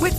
With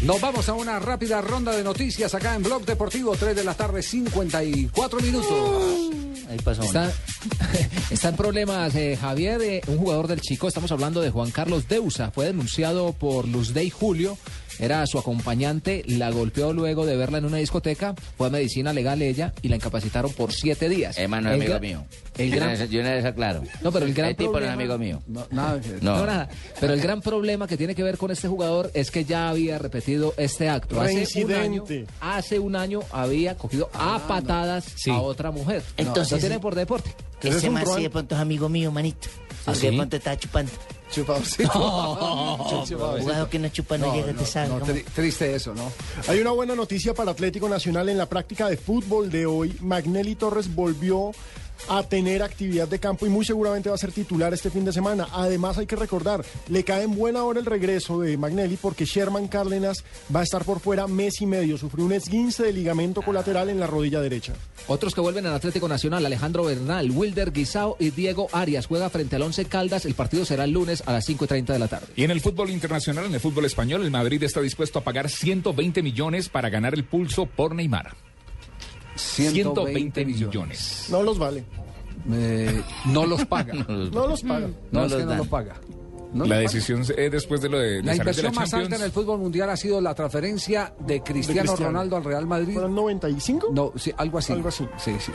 Nos vamos a una rápida ronda de noticias acá en Blog Deportivo, 3 de la tarde, 54 minutos. Ahí pasó. Está, está en problemas eh, Javier, eh, un jugador del Chico. Estamos hablando de Juan Carlos Deusa. Fue denunciado por Luz Day Julio. Era su acompañante, la golpeó luego de verla en una discoteca. Fue a medicina legal ella y la incapacitaron por siete días. Hermano, El Eh, amigo gra- mío. El Yo gran una vez- Yo una vez aclaro. no, pero el gran El tipo no es problema- amigo mío. No, nada, No. no, nada. Pero el gran problema que tiene que ver con este jugador es que ya había repetido este acto. Hace un, año, Reincidente. hace un año había cogido Ah, a patadas a otra mujer. No, Entonces- lo tiene por deporte. Ese un ¿Ah, man sí troll. de pronto es amigo mío, manito. Porque de pronto está chupando. Chupadorcito. Chupadorcito. Jugado que no chupa no, llega, te sabe. No, ¿cómo? tri- triste eso, ¿no? Hay una buena noticia para Atlético Nacional en la práctica de fútbol de hoy. Magnelli Torres volvió a tener actividad de campo y muy seguramente va a ser titular este fin de semana. Además hay que recordar, le cae en buena hora el regreso de Magnelli porque Sherman Cárdenas va a estar por fuera mes y medio. Sufrió un esguince de ligamento colateral en la rodilla derecha. Otros que vuelven al Atlético Nacional, Alejandro Bernal, Wilder Guisao y Diego Arias. Juega frente al Once Caldas. El partido será el lunes a las 5 y 30 de la tarde. Y en el fútbol internacional, en el fútbol español, el Madrid está dispuesto a pagar 120 millones para ganar el pulso por Neymar. 120 millones. No los vale, Eh, no los paga. no los paga. No, No es que los no dan. los paga. No La los decisión eh, después de lo de, de La salir de inversión más alta en el Champions. fútbol mundial ha sido la transferencia de Cristiano, De Cristiano. Ronaldo al Real Madrid. ¿Fueron 95? No, sí, algo así. Algo así. Sí, sí.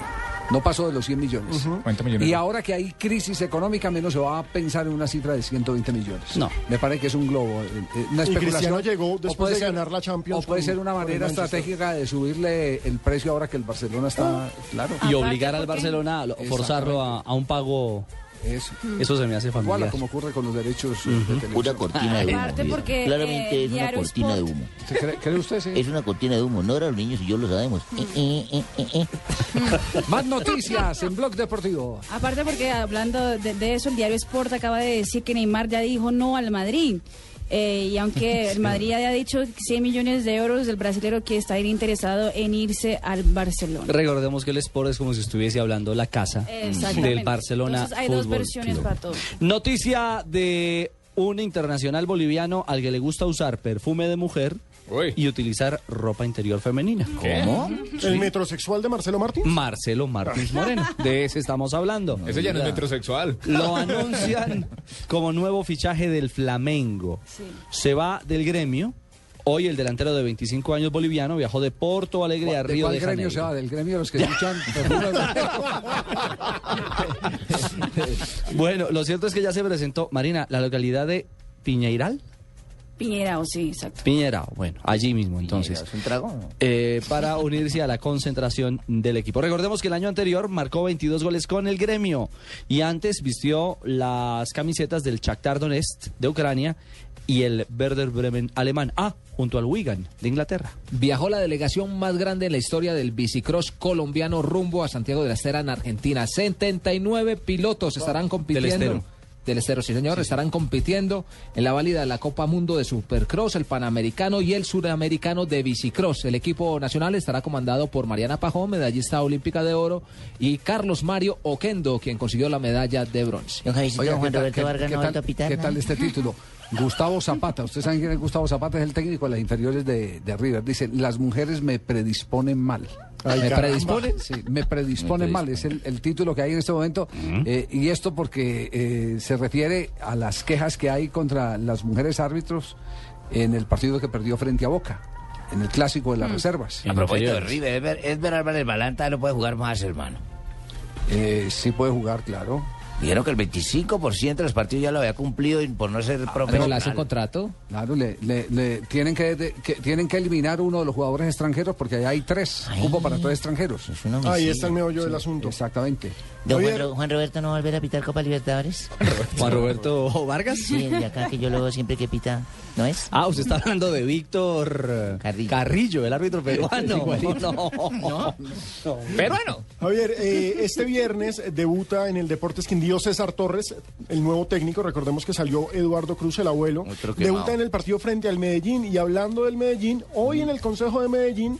No pasó de los 100 millones. 40 millones. Y ahora que hay crisis económica, menos se va a pensar en una cifra de 120 millones. No. Me parece que es un globo, eh, eh, una Y especulación. Cristiano llegó O después puede de ganar la Champions O puede con- ser una con el manera Manchester. estratégica de subirle el precio ahora que el Barcelona Ah. está... Claro. Y obligar al Barcelona a lo- Exactamente. forzarlo a, a un pago, Eso. eso se me hace Igual a familiar. como ocurre con los derechos eh, de Una televisión. cortina de humo. Aparte Diego. porque, Claramente eh, es una Diario cortina Sport- de humo. ¿Sí ¿Cree, cree usted? sí? Es una cortina de humo. Nora, los niños y yo lo sabemos. Eh, eh, eh, eh, eh. Más noticias en Blog Deportivo. Aparte porque hablando de, de eso, el diario Sport acaba de decir que Neymar ya dijo no al Madrid. Eh, y aunque el Madrid ya ha dicho 100 millones de euros, el brasilero que está ahí interesado en irse al Barcelona. Recordemos que el Sport es como si estuviese hablando la casa Mm. Exactamente. del Barcelona. Entonces hay dos Fútbol versiones Club. para todo. Noticia de un internacional boliviano al que le gusta usar perfume de mujer Uy. y utilizar ropa interior femenina. ¿Cómo? ¿El metrosexual de Marcelo Martín? Marcelo Martins Moreno, de ese estamos hablando. Ese ya no es metrosexual. Lo anuncian como nuevo fichaje del Flamengo. Se va del gremio. Hoy el delantero de 25 años boliviano viajó de Porto Alegre a ¿De Río cuál de gremio Janeiro. se va? ¿Del gremio de los que escuchan? perfume Bueno, lo cierto es que ya se presentó, Marina, la localidad de Piñeiral. Piñera, o sí, exacto. Piñerao, bueno, allí mismo entonces. ¿Es un trago? eh, para unirse a la concentración del equipo. Recordemos que el año anterior marcó 22 goles con el gremio y antes vistió las camisetas del Shakhtar Donetsk de Ucrania y el Werder Bremen alemán. Ah, junto al Wigan de Inglaterra. Viajó la delegación más grande en la historia del bicicross colombiano rumbo a Santiago de la Estera en Argentina. 79 pilotos estarán compitiendo. Estero. Del Estero, sí señor, estarán compitiendo en la válida de la Copa Mundo de Supercross, el Panamericano y el Suramericano de Bicicross. El equipo nacional estará comandado por Mariana Pajón, medallista olímpica de oro, y Carlos Mario Oquendo, quien consiguió la medalla de bronce. Don Javiercito, Oiga, don Juan ¿qué tal- Roberto qué- Vargas qué no va tal- a capitán. ¿Qué tal este título? Gustavo Zapata, ustedes saben quién es Gustavo Zapata, es el técnico de las inferiores de, de River. Dice, las mujeres me predisponen mal. Ay, ¿Me caramba. predisponen? Sí, me predisponen mal, es el, el título que hay en este momento. Eh, y esto porque eh, se refiere a las quejas que hay contra las mujeres árbitros en el partido que perdió frente a Boca, en el clásico Mm. de las reservas. A propósito de River, Edver, Edver Álvarez Balanta no puede jugar más, hermano. Eh, sí puede jugar, claro. Dijeron que el 25% de los partidos ya lo había cumplido y por no ser ¿Pero profesional. le hace contrato? Claro, le, le- le- tienen, que, de- que- tienen que eliminar uno de los jugadores extranjeros porque allá hay tres, cupo para tres extranjeros. Ahí está el meollo del asunto. Exactamente. Don Juan, Javier. Ro- Juan Roberto no va a volver a pitar Copa Libertadores. Juan Roberto Vargas. Sí, el de acá que yo lo veo siempre que pita, ¿no es? Ah, usted está hablando de Víctor eh, Carrillo. el árbitro peruano. No, no. Peruano. Javier, eh, este viernes debuta en el Deportes Quindío César Torres, el nuevo técnico. Recordemos que salió Eduardo Cruz, el abuelo. Otro quemado. Debuta en el partido frente al Medellín. Y hablando del Medellín, hoy en el Consejo de Medellín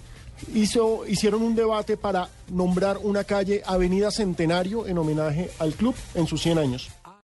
hizo, hicieron un debate para nombrar una calle Avenida Centenario en homenaje al club en sus 100 años.